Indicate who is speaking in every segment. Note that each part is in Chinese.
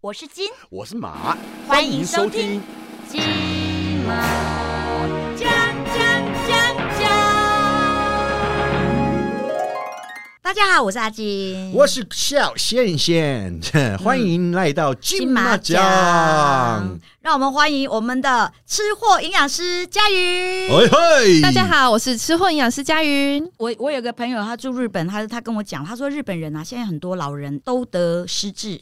Speaker 1: 我是金，
Speaker 2: 我是马，
Speaker 1: 欢迎收听。金马奖奖奖奖。大家好，我是阿金，
Speaker 2: 我是小仙仙， 欢迎来到金马奖。
Speaker 1: 让我们欢迎我们的吃货营养师佳云。
Speaker 2: 哎嘿，
Speaker 3: 大家好，我是吃货营养师佳云。
Speaker 1: 我我有个朋友，他住日本，他他跟我讲，他说日本人啊，现在很多老人都得失智。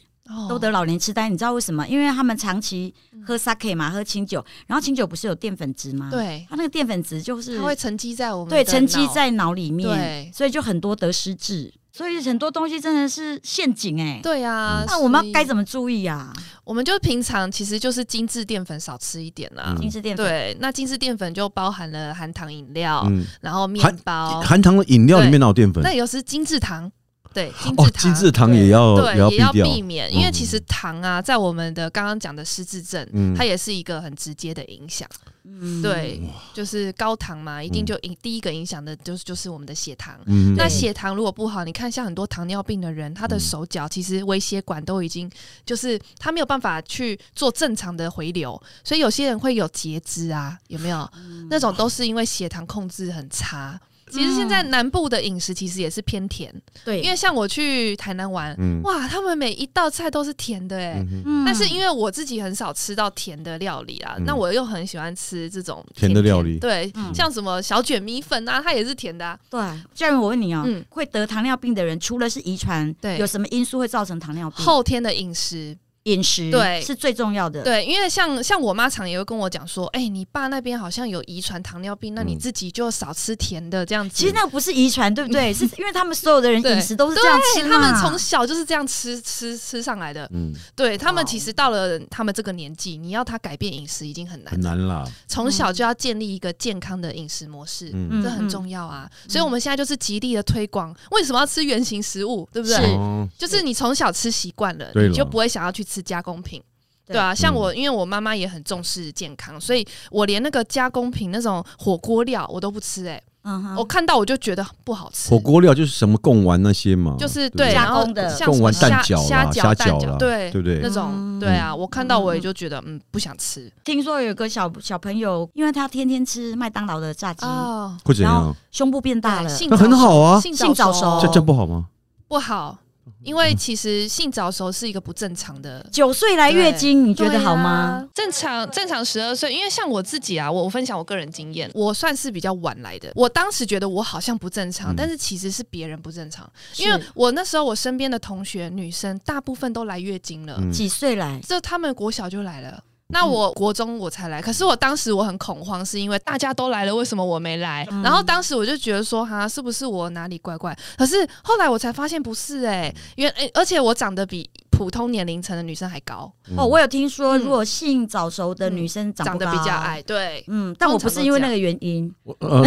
Speaker 1: 都得老年痴呆，你知道为什么？因为他们长期喝 sake 嘛，喝清酒，然后清酒不是有淀粉质吗？，
Speaker 3: 对，
Speaker 1: 它那个淀粉质就是
Speaker 3: 它会嗯沉积在我们
Speaker 1: 对
Speaker 3: 的
Speaker 1: 沉积
Speaker 3: 脑
Speaker 1: 在脑里面
Speaker 3: 对，
Speaker 1: 所以就很多得失智，所以很多东西真的是陷阱哎、
Speaker 3: 对啊。
Speaker 1: 那我们要该
Speaker 3: 么？
Speaker 1: 怎么注意啊？
Speaker 3: 我们就平常其实就是精致淀粉少吃一点啦、
Speaker 2: 嗯
Speaker 1: 精致淀粉，
Speaker 3: 对，那精致淀粉就包含了含糖饮料，
Speaker 2: 嗯，
Speaker 3: 然后面包，
Speaker 2: 含糖的饮料里面哪有淀粉？
Speaker 3: 那有时精致糖，对，精
Speaker 2: 哦
Speaker 3: 致糖，，
Speaker 2: 精致糖也要也
Speaker 3: 对，也
Speaker 2: 避掉。
Speaker 3: 避免，因为其实糖啊，在我们的刚刚讲的失智症，
Speaker 2: 嗯
Speaker 3: 它也是一个很直接的影响。
Speaker 1: 嗯
Speaker 3: 对，就是高糖嘛，一定就影、第一个影响的就是就是我们的血糖。
Speaker 2: 嗯
Speaker 3: 那血糖如果不好，你看像很多糖尿病的人，他的手脚其实微血管都已经就是他没有办法去做正常的回流，所以有些人会有截肢啊，有没有？
Speaker 1: 嗯
Speaker 3: 那种都是因为血糖控制很差。其实现在
Speaker 1: 嗯
Speaker 3: 南部的饮食其实也是偏甜，
Speaker 1: 对，
Speaker 3: 因为像我去台南玩，
Speaker 2: 嗯
Speaker 3: 哇，他们每一道菜都是甜的哎、
Speaker 2: 嗯哼
Speaker 1: 嗯
Speaker 3: 但是因为我自己很少吃到甜的料理啊，
Speaker 2: 嗯
Speaker 3: 那我又很喜欢吃这种
Speaker 2: 甜的料理
Speaker 3: 对，
Speaker 1: 嗯
Speaker 3: 像什么小卷米粉啊，它也是甜的、啊，
Speaker 1: 对，佳云，我问你哦、
Speaker 3: 嗯
Speaker 1: 会得糖尿病的人，除了是遗传，
Speaker 3: 对
Speaker 1: 有什么因素会造成糖尿病？
Speaker 3: 后天的饮食。
Speaker 1: 饮食
Speaker 3: 对
Speaker 1: 是最重要的，
Speaker 3: 对，因为像像我妈常也会跟我讲说，哎、你爸那边好像有遗传糖尿病，那你
Speaker 2: 嗯
Speaker 3: 自己就少吃甜的这样子。
Speaker 1: 其实那个不是遗传，对不 对？是因为他们所有的人
Speaker 3: 对
Speaker 1: 饮食都是这样吃
Speaker 3: 对他
Speaker 1: 嘛。
Speaker 3: 们从小就是这样吃吃吃上来的。
Speaker 2: 嗯，
Speaker 3: 对他们
Speaker 1: 哇
Speaker 3: 其实到了他们这个年纪，你要他改变饮食已经很
Speaker 1: 嗯
Speaker 3: 难
Speaker 2: 很
Speaker 3: 了，
Speaker 2: 难啦。
Speaker 3: 从小就要建立一个健康的饮食模式。
Speaker 2: 嗯，
Speaker 3: 这很重要啊。所以我们现在就是极力的推广，为什么要吃原形食物，对不对？
Speaker 1: 是
Speaker 2: 哦
Speaker 3: 就是你从小吃习惯了，
Speaker 2: 对了
Speaker 3: 你就不会想要去吃加工品。
Speaker 1: 对
Speaker 3: 对啊，像
Speaker 2: 嗯
Speaker 3: 我，因为我妈妈也很重视健康，所以我连那个加工品那种火锅料我都不吃、欸。哎、
Speaker 1: 嗯哼
Speaker 3: 我看到我就觉得不好吃。
Speaker 2: 火锅料就是什么贡丸那些嘛，
Speaker 3: 就是对，
Speaker 1: 加
Speaker 3: 然后
Speaker 1: 工的
Speaker 3: 像
Speaker 2: 贡
Speaker 3: 什
Speaker 2: 丸
Speaker 3: 么
Speaker 2: 蛋
Speaker 3: 虾
Speaker 2: 饺
Speaker 3: 虾
Speaker 2: 啦、虾
Speaker 3: 饺、蛋
Speaker 2: 饺
Speaker 3: 饺，
Speaker 2: 啦，
Speaker 3: 对，
Speaker 2: 对不对
Speaker 3: 那？种
Speaker 1: 嗯
Speaker 3: 对啊，我看到我也就觉得嗯，不想吃
Speaker 1: 听说有个小小朋友，因为他天天吃麦当劳的炸鸡，
Speaker 3: 哦，
Speaker 2: 会怎
Speaker 1: 然
Speaker 2: 样
Speaker 1: 后？胸部变大了。
Speaker 3: 性
Speaker 2: 那很
Speaker 3: 早
Speaker 2: 好啊，
Speaker 3: 性
Speaker 1: 嗯性早熟
Speaker 3: 熟，
Speaker 2: 这这不好吗？
Speaker 3: 不好，因为其实性早熟是一个不正常的。
Speaker 1: 九岁来月经，你觉得好吗？？
Speaker 3: 正常正常十二岁，因为像我自己啊，我我分享我个人经验，我算是比较晚来的。我当时觉得我好像不正常，
Speaker 2: 嗯
Speaker 3: 但是其实是别人不正常，
Speaker 1: 是
Speaker 3: 因为我那时候我身边的同学女生大部分都来月经了，
Speaker 2: 嗯
Speaker 1: 几岁来？
Speaker 3: 这他们国小就来了。那
Speaker 1: 嗯
Speaker 3: 我国中我才来，可是我当时我很恐慌，是因为大家都来了，为什么我没来？
Speaker 1: 嗯
Speaker 3: 然后当时我就觉得说，哈，是不是我哪里怪怪？可是后来我才发现不是哎、因为、诶而且我长得比普通年龄层的女生还高，
Speaker 2: 嗯
Speaker 1: 哦，我有听说，
Speaker 3: 嗯
Speaker 1: 如果性早熟的女生长
Speaker 3: 长
Speaker 1: 不
Speaker 3: 得
Speaker 1: 高
Speaker 3: 比较矮，，对。
Speaker 1: 嗯，但我不是因为那个原因，
Speaker 2: 我呃，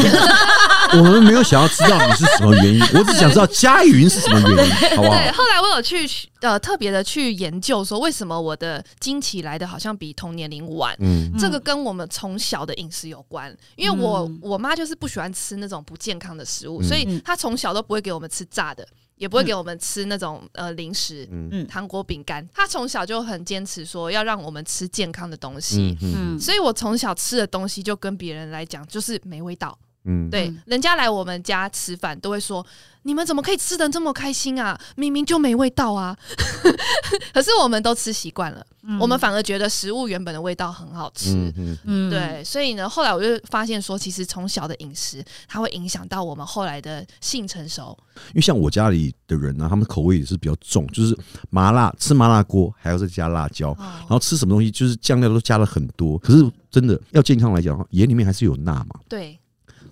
Speaker 2: 我们没有想要知道你是什么原因，我只想知道佳云是什么原因，好不好？
Speaker 3: 对，后来我有去呃特别的去研究说，为什么我的经期来的好像比同年龄晚。
Speaker 2: 嗯，
Speaker 3: 这个跟我们从小的饮食有关，因为我、
Speaker 1: 嗯
Speaker 3: 我妈就是不喜欢吃那种不健康的食
Speaker 2: 嗯
Speaker 3: 物，所以
Speaker 1: 嗯
Speaker 3: 她从小都不会给我们吃炸的，也不会给我们吃那种呃零食、
Speaker 2: 嗯
Speaker 1: 嗯
Speaker 3: 糖果、饼干。她从小就很坚持说要让我们吃健康的东西，
Speaker 2: 嗯嗯
Speaker 1: 嗯，
Speaker 3: 所以我从小吃的东西就跟别人来讲就是没味道。
Speaker 2: 嗯，
Speaker 3: 对，
Speaker 1: 嗯
Speaker 3: 人家来我们家吃饭都会说：“你们怎么可以吃的这么开心啊？明明就没味道啊！” 可是我们都吃习惯了，
Speaker 1: 嗯
Speaker 3: 我们反而觉得食物原本的味道很好吃。
Speaker 2: 嗯嗯
Speaker 1: 嗯，
Speaker 3: 对，所以呢，后来我就发现说，其实从小的饮食，它会影响到我们后来的性成熟。
Speaker 2: 因为像我家里的人呢、他们口味也是比较重，就是麻辣吃麻辣锅还要再加辣椒，
Speaker 3: 哦
Speaker 2: 然后吃什么东西就是酱料都加了很多。可是真的要健康来讲的话，盐里面还是有钠嘛，
Speaker 3: 对，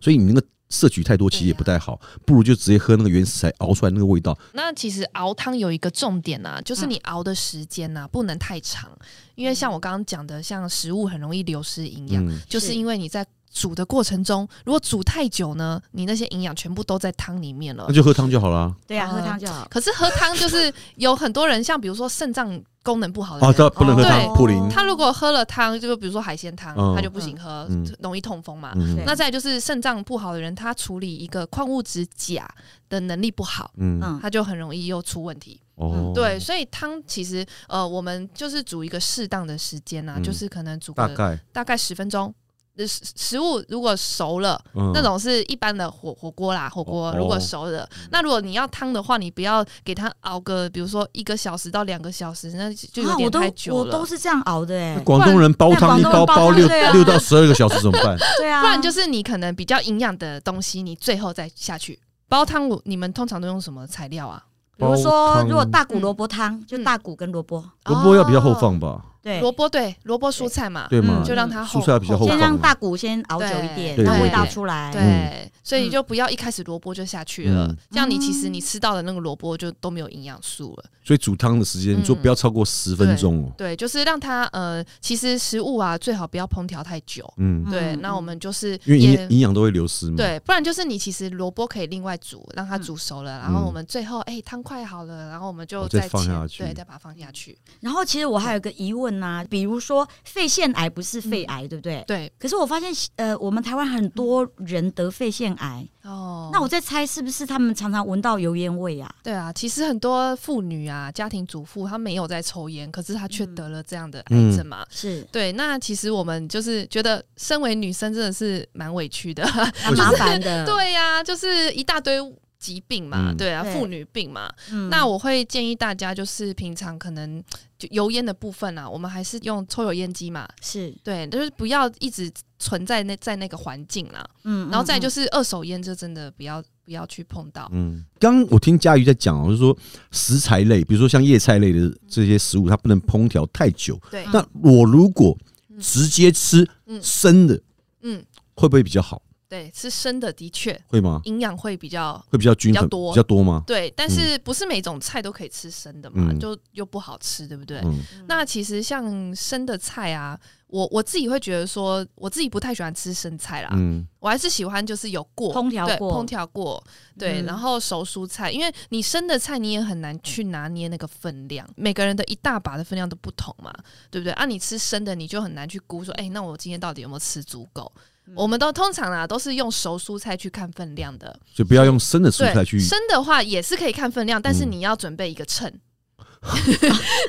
Speaker 2: 所以你那个摄取太多其实也不太好，不如就直接喝那个原食材熬出来那个味道。
Speaker 3: 那其实熬汤有一个重点啊，就是你熬的时间呐、不能太长，因为像我刚刚讲的，像食物很容易流失营养，
Speaker 2: 嗯
Speaker 3: 就是是因为你在煮的过程中，如果煮太久呢，你那些营养全部都在汤里面了
Speaker 2: 那。就喝汤就好啦。
Speaker 1: 对啊，
Speaker 3: 嗯
Speaker 1: 喝汤就好。
Speaker 3: 可是喝汤就是有很多人，像比如说肾脏功能不好的
Speaker 2: 哦，
Speaker 3: 人，
Speaker 2: 对，不能喝汤，
Speaker 3: 对
Speaker 2: 普林。
Speaker 3: 他如果喝了汤，就比如说海鲜汤，
Speaker 2: 嗯
Speaker 3: 他就不行喝，
Speaker 2: 嗯
Speaker 3: 容易痛风嘛。
Speaker 2: 嗯
Speaker 3: 那再来就是肾脏不好的人，他处理一个矿物质钾的能力不好，
Speaker 2: 嗯
Speaker 1: 嗯，
Speaker 3: 他就很容易又出问题。
Speaker 2: 哦，
Speaker 3: 对，，所以汤其实呃，我们就是煮一个适当的时间啊，
Speaker 2: 嗯
Speaker 3: 就是可能煮
Speaker 2: 大
Speaker 3: 个
Speaker 2: 概
Speaker 3: 大概十分钟。呃食食物如果熟了，
Speaker 2: 嗯
Speaker 3: 那种是一般的火火锅啦，火锅
Speaker 2: 哦
Speaker 3: 如果熟了，那如果你要汤的话，你不要给它熬个，比如说一个小时到两个小时，那就有
Speaker 1: 啊我
Speaker 3: 点
Speaker 1: 都
Speaker 3: 太久
Speaker 1: 我
Speaker 3: 了。
Speaker 1: 都是这样熬的哎、
Speaker 2: 广东人煲汤一煲煲六
Speaker 1: 那广东人煲汤对啊
Speaker 2: 六到十二个小时怎么 办？
Speaker 1: 对啊，
Speaker 3: 不然就是你可能比较营养的东西，你最后再下去煲汤。我你们通常都用什么材料啊？
Speaker 1: 比如
Speaker 2: 煲
Speaker 1: 说
Speaker 2: 汤
Speaker 1: 如果大骨萝卜汤，就大骨跟萝卜，
Speaker 2: 萝卜要比较后
Speaker 3: 哦，
Speaker 2: 放吧，
Speaker 1: 对，
Speaker 3: 嗯萝卜对，萝卜蔬菜嘛，
Speaker 2: 对嘛
Speaker 3: 嗯就让它后
Speaker 2: 蔬菜比较后
Speaker 1: 先
Speaker 2: 放
Speaker 1: 让
Speaker 2: 嘛
Speaker 1: 大骨先熬久一点，
Speaker 2: 对
Speaker 1: 让
Speaker 2: 对
Speaker 1: 味道
Speaker 3: 对
Speaker 1: 出来。
Speaker 3: 对，所
Speaker 1: 嗯
Speaker 3: 以就不要一开始萝卜就下去了，
Speaker 2: 嗯
Speaker 3: 这样你其实你吃到的那个萝卜就都没有营养素了。
Speaker 2: 所以煮汤的时间你就
Speaker 3: 嗯
Speaker 2: 不要超过十分钟哦。
Speaker 3: 对，就是让它呃，其实食物啊最好不要烹调太久。
Speaker 2: 嗯，
Speaker 3: 对，
Speaker 1: 嗯
Speaker 3: 那我们就是
Speaker 2: 因为营
Speaker 3: 也
Speaker 2: 养营养都会流失嘛。，
Speaker 3: 对，不然就是你其实萝卜可以另外煮，让它煮熟了，然后
Speaker 2: 嗯
Speaker 3: 我们最后哎汤快好了，然后我们就
Speaker 2: 哦再
Speaker 3: 再
Speaker 2: 放
Speaker 3: 切
Speaker 2: 下去
Speaker 3: 对，再把它放下去。
Speaker 1: 然后其实我还有一个疑问呐、比如说肺腺癌不是肺
Speaker 3: 嗯
Speaker 1: 癌，对不对？
Speaker 3: 对，
Speaker 1: 可是我发现，呃，我们台湾很多人得肺腺癌，
Speaker 3: 哦，
Speaker 1: 那我在猜是不是他们常常闻到油烟味啊？
Speaker 3: 对啊，其实很多妇女啊，家庭主妇她没有在抽烟，可是她
Speaker 1: 嗯
Speaker 3: 却得了这样的癌
Speaker 2: 嗯
Speaker 3: 症嘛。
Speaker 1: 是，
Speaker 3: 对，那其实我们就是觉得，身为女生真的是蛮委屈的。
Speaker 1: 蛮麻烦的。，
Speaker 3: 对呀、就是一大堆疾病嘛，
Speaker 2: 嗯
Speaker 3: 对啊，
Speaker 1: 对
Speaker 3: 妇女病嘛。
Speaker 1: 嗯
Speaker 3: 那我会建议大家，就是平常可能就油烟的部分啊，我们还是用抽油烟机嘛，
Speaker 1: 是，
Speaker 3: 对，就是不要一直存在那在那个环境啦。
Speaker 1: 嗯，，
Speaker 3: 然后再就是是二手烟，就真的不要不要去碰到。
Speaker 2: 嗯，刚我听佳瑜在讲哦，就是说食材类，比如说像叶菜类的这些食物，它不能烹调太久。
Speaker 3: 对，
Speaker 2: 那我如果直接吃
Speaker 3: 嗯
Speaker 2: 生的，
Speaker 3: 嗯，
Speaker 2: 会不会比较好？
Speaker 3: 对，是生的，的确
Speaker 2: 会吗？
Speaker 3: 营养会比较。
Speaker 2: 会比较均衡，
Speaker 3: 比较多
Speaker 2: 比较多吗？
Speaker 3: 对，但是不是每种菜都可以吃生的嘛？
Speaker 2: 嗯
Speaker 3: 就又不好吃，对不对？
Speaker 2: 嗯
Speaker 3: 那其实像生的菜啊，我我自己会觉得说，我自己不太喜欢吃生菜啦，
Speaker 2: 嗯，
Speaker 3: 我还是喜欢就是有过
Speaker 1: 烹调
Speaker 3: 对
Speaker 1: 过
Speaker 3: 烹调过，对，
Speaker 1: 嗯
Speaker 3: 然后熟蔬菜，因为你生的菜你也很难去拿捏那个分量，每个人的一大把的分量都不同嘛，对不对？啊，你吃生的你就很难去估说，哎、那我今天到底有没有吃足够？
Speaker 1: 嗯
Speaker 3: 我们都通常啊都是用熟蔬菜去看分量的，
Speaker 2: 所以不要用生的蔬
Speaker 3: 对
Speaker 2: 菜去，
Speaker 3: 生的话也是可以看分量，但是
Speaker 2: 嗯
Speaker 3: 你要准备一个 秤，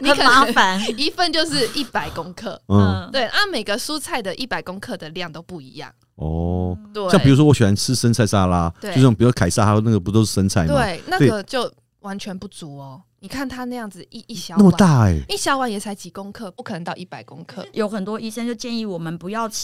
Speaker 3: 你
Speaker 1: 很
Speaker 3: 可
Speaker 1: 麻
Speaker 3: 能
Speaker 1: 烦。
Speaker 3: 一份就是一百公克。
Speaker 2: 嗯，
Speaker 3: 对，按、每个蔬菜的一百公克的量都不一样。
Speaker 2: 哦，
Speaker 3: 对，
Speaker 2: 像比如说我喜欢吃生菜沙拉，就
Speaker 3: 对
Speaker 2: 这种，比如凯撒还有那个不都是生菜吗？
Speaker 3: 对那
Speaker 2: 对
Speaker 3: 个就完全不足哦。你看它那样子一一小
Speaker 2: 那么
Speaker 3: 碗，
Speaker 2: 大哎，
Speaker 3: 一小碗也才几公克，不可能到一百公克。
Speaker 1: 有很多医生就建议我们不要吃嗯
Speaker 3: 哦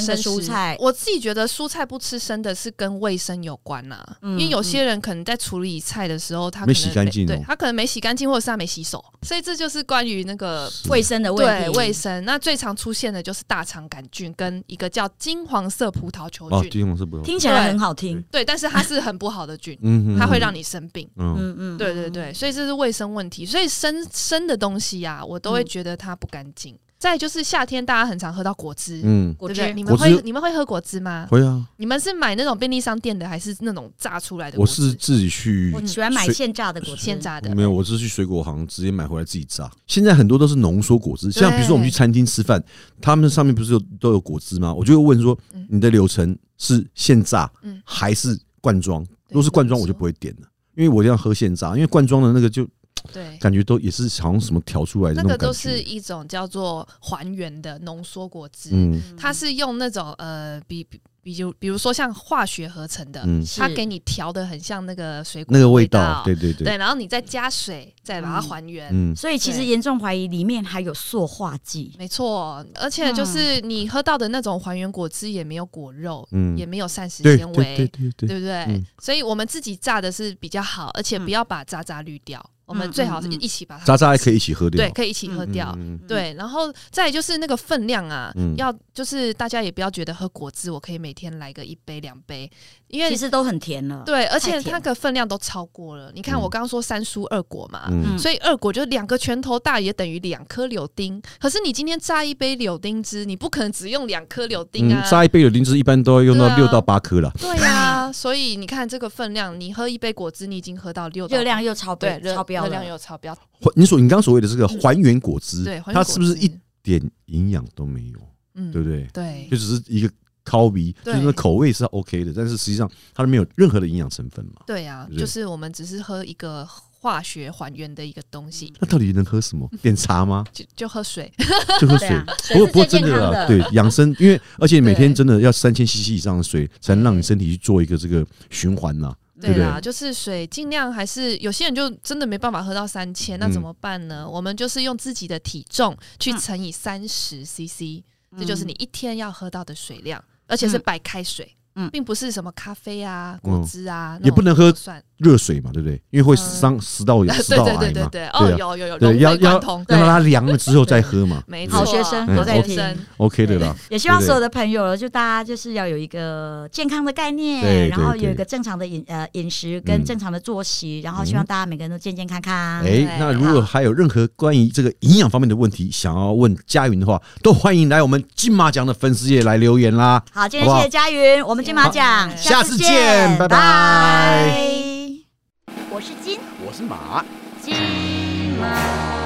Speaker 1: 生的
Speaker 3: 食
Speaker 1: 蔬菜，
Speaker 3: 我自己觉得蔬菜不吃生的是跟卫生有关呐、
Speaker 1: 嗯
Speaker 3: 因为有些人可能在处理菜的时候，他可能
Speaker 2: 没洗干净哦
Speaker 3: 对他可能没洗干净，或者是他没洗手，所以这就是关于那个
Speaker 2: 是
Speaker 1: 卫生的问
Speaker 3: 对
Speaker 1: 题。
Speaker 3: 卫生。那最常出现的就是大肠杆菌跟一个叫金黄色葡萄球
Speaker 2: 哦，
Speaker 3: 菌，
Speaker 2: 金黄色不同，
Speaker 1: 听起来很好听。
Speaker 3: 对，但是它是很不好的菌，
Speaker 2: 嗯
Speaker 3: 它会
Speaker 2: 嗯
Speaker 3: 让你生病。
Speaker 2: 嗯
Speaker 1: 嗯嗯，
Speaker 3: 对对对，所以这是卫生问题。所以生生的东西呀、我
Speaker 2: 嗯
Speaker 3: 都会觉得它不干净。再就是夏天，大家很常喝到果汁，
Speaker 2: 嗯，
Speaker 1: 果
Speaker 3: 对不
Speaker 1: 汁
Speaker 3: 对？你
Speaker 2: 果
Speaker 3: 们
Speaker 2: 汁
Speaker 3: 会你们会喝果汁吗？
Speaker 2: 会啊，
Speaker 3: 你们是买那种便利商店的，还是那种榨出来的
Speaker 2: 我
Speaker 3: 果
Speaker 2: 是
Speaker 3: 汁？
Speaker 2: 自己去
Speaker 1: 我喜欢买
Speaker 2: 水
Speaker 1: 现榨的果汁，
Speaker 3: 现榨的
Speaker 2: 没。有，我是去水果行直接买回来自己榨。现在很多都是浓缩果汁，像比如说我们去餐厅吃饭，他们上面不是有都有果汁吗？我就会问说，
Speaker 3: 嗯
Speaker 2: 你的流程是现榨
Speaker 3: 嗯
Speaker 2: 还是灌装？如果是灌装，我就不会点了，因为我一定要喝现榨，因为灌装的那个就
Speaker 3: 对。
Speaker 2: 感觉都也是好像什么调出来的
Speaker 3: 那
Speaker 2: 种
Speaker 3: 个
Speaker 2: 感
Speaker 3: 都是
Speaker 2: 觉。
Speaker 3: 一种叫做还原的浓缩果汁，
Speaker 2: 嗯
Speaker 3: 它是用那种呃，比比比如比如说像化学合成的，
Speaker 2: 嗯，
Speaker 3: 它给你调的很像那个水果
Speaker 2: 那个味
Speaker 3: 味
Speaker 2: 道，对对对，
Speaker 3: 对，然后你再加水，再把它
Speaker 1: 嗯
Speaker 3: 还原，
Speaker 2: 嗯，
Speaker 1: 所以其实
Speaker 3: 对
Speaker 1: 严重怀疑里面还有塑化剂。
Speaker 3: 没错，而
Speaker 2: 嗯
Speaker 3: 且就是你喝到的那种还原果汁也没有果肉，
Speaker 2: 嗯
Speaker 3: 也没有膳食
Speaker 2: 对
Speaker 3: 纤
Speaker 2: 对
Speaker 3: 维，
Speaker 2: 对对对，
Speaker 3: 对不对？
Speaker 2: 嗯
Speaker 3: 所以我们自己榨的是比较好，而且不要把渣渣滤掉，
Speaker 2: 嗯
Speaker 3: 我们最好是一起把它
Speaker 2: 渣渣还可以一起喝掉
Speaker 3: 对，，可以一起喝
Speaker 1: 嗯
Speaker 3: 掉。
Speaker 2: 嗯，嗯
Speaker 3: 对，然后再来就是那个分量啊，
Speaker 2: 嗯
Speaker 3: 要就是大家也不要觉得喝果汁我可以每天来个一杯两杯，因
Speaker 1: 其
Speaker 3: 为
Speaker 1: 实都很甜了。
Speaker 3: 对，而且
Speaker 1: 太甜
Speaker 3: 它个分量都超过了。你看
Speaker 2: 嗯
Speaker 3: 我刚刚说三蔬二果嘛，
Speaker 2: 嗯
Speaker 1: 嗯
Speaker 3: 所以二果就两个拳头大，也等于两颗柳丁。可是你今天榨一杯柳丁汁，你不可能只用两颗柳丁啊
Speaker 2: 嗯，。榨一杯柳丁汁一般都要用
Speaker 3: 对
Speaker 2: 到
Speaker 3: 啊
Speaker 2: 六到八颗了，
Speaker 3: 对 啊，所以你看这个分量，你喝一杯果汁，你已经喝到六到
Speaker 1: 热量又超
Speaker 3: 对
Speaker 1: 标，
Speaker 3: 热
Speaker 1: 超标
Speaker 3: 热量
Speaker 1: 了。
Speaker 3: 又超标，
Speaker 2: 还你所你刚刚所谓的这个还原果汁，
Speaker 3: 对，
Speaker 2: 嗯
Speaker 3: 还原
Speaker 2: 它
Speaker 3: 果
Speaker 2: 是不是
Speaker 3: 汁
Speaker 2: 一点营养都没有，
Speaker 3: 嗯
Speaker 2: 对不对？
Speaker 3: 对
Speaker 2: 就只是一个烤鼻，就
Speaker 3: 对
Speaker 2: 是那口味是 OK 的，但是实际上它没有任何的营养成分嘛。
Speaker 3: 对啊
Speaker 2: 对，
Speaker 3: 就是我们只是喝一个化学还原的一个东西，
Speaker 2: 那到底能喝什么？点茶吗？
Speaker 3: 就就喝水。
Speaker 2: 就喝
Speaker 1: 对
Speaker 2: 水。
Speaker 1: 啊，
Speaker 2: 不过不过
Speaker 1: 水是最
Speaker 2: 真
Speaker 1: 健
Speaker 2: 的
Speaker 1: 康
Speaker 2: 啊，对养生，因为而且每天
Speaker 3: 对
Speaker 2: 真的要三千 CC 以上的水，才能让你身体去做一个这个循环呐、对不对
Speaker 3: 对啦，就是水尽量还是有些人就真的没办法喝到三千，
Speaker 2: 嗯
Speaker 3: 那怎么办呢？我们就是用自己的体重去乘以三十 CC，、这就是你一天要喝到的水量，而且是白开水，
Speaker 1: 嗯
Speaker 3: 并不是什么咖啡啊、
Speaker 2: 嗯
Speaker 3: 果汁啊，
Speaker 2: 也不能喝
Speaker 3: 算。
Speaker 2: 热水嘛，对不对？因为会
Speaker 3: 嗯
Speaker 2: 伤食道 炎、食
Speaker 3: 对
Speaker 2: 道
Speaker 3: 对
Speaker 2: 癌
Speaker 3: 对对
Speaker 2: 嘛。
Speaker 3: 对，
Speaker 2: 对
Speaker 3: 哦，
Speaker 2: 啊
Speaker 3: 有有有，
Speaker 2: 对
Speaker 3: 融
Speaker 2: 要
Speaker 3: 会贯
Speaker 2: 要
Speaker 3: 通，
Speaker 1: 对
Speaker 2: 让它凉了之后再喝嘛，
Speaker 3: 没
Speaker 2: 对
Speaker 3: 错，
Speaker 1: 好学生
Speaker 2: 嗯
Speaker 3: 好
Speaker 2: 都在
Speaker 3: 学
Speaker 1: 听
Speaker 3: 生
Speaker 2: OK 的啦。
Speaker 1: 也希望
Speaker 2: 对
Speaker 1: 所有的朋友，就大家就是要有一个健康的概
Speaker 2: 对
Speaker 1: 念，然
Speaker 2: 对
Speaker 1: 后有
Speaker 2: 对
Speaker 1: 一个正常的饮呃饮食
Speaker 2: 嗯
Speaker 1: 跟正常的作息，然后希望大家每个人都健健康
Speaker 3: 嗯
Speaker 1: 康。
Speaker 2: 哎，那如果还有任何关于这个营养方面的问题想要问佳云的话，都欢迎来我们金马奖的粉丝页来留言啦。
Speaker 1: 好，今天
Speaker 2: 好不好
Speaker 1: 谢谢佳云，我们金马奖
Speaker 3: 好，
Speaker 2: 下次见拜拜
Speaker 1: 拜我是金
Speaker 2: 我是马。
Speaker 1: 金马。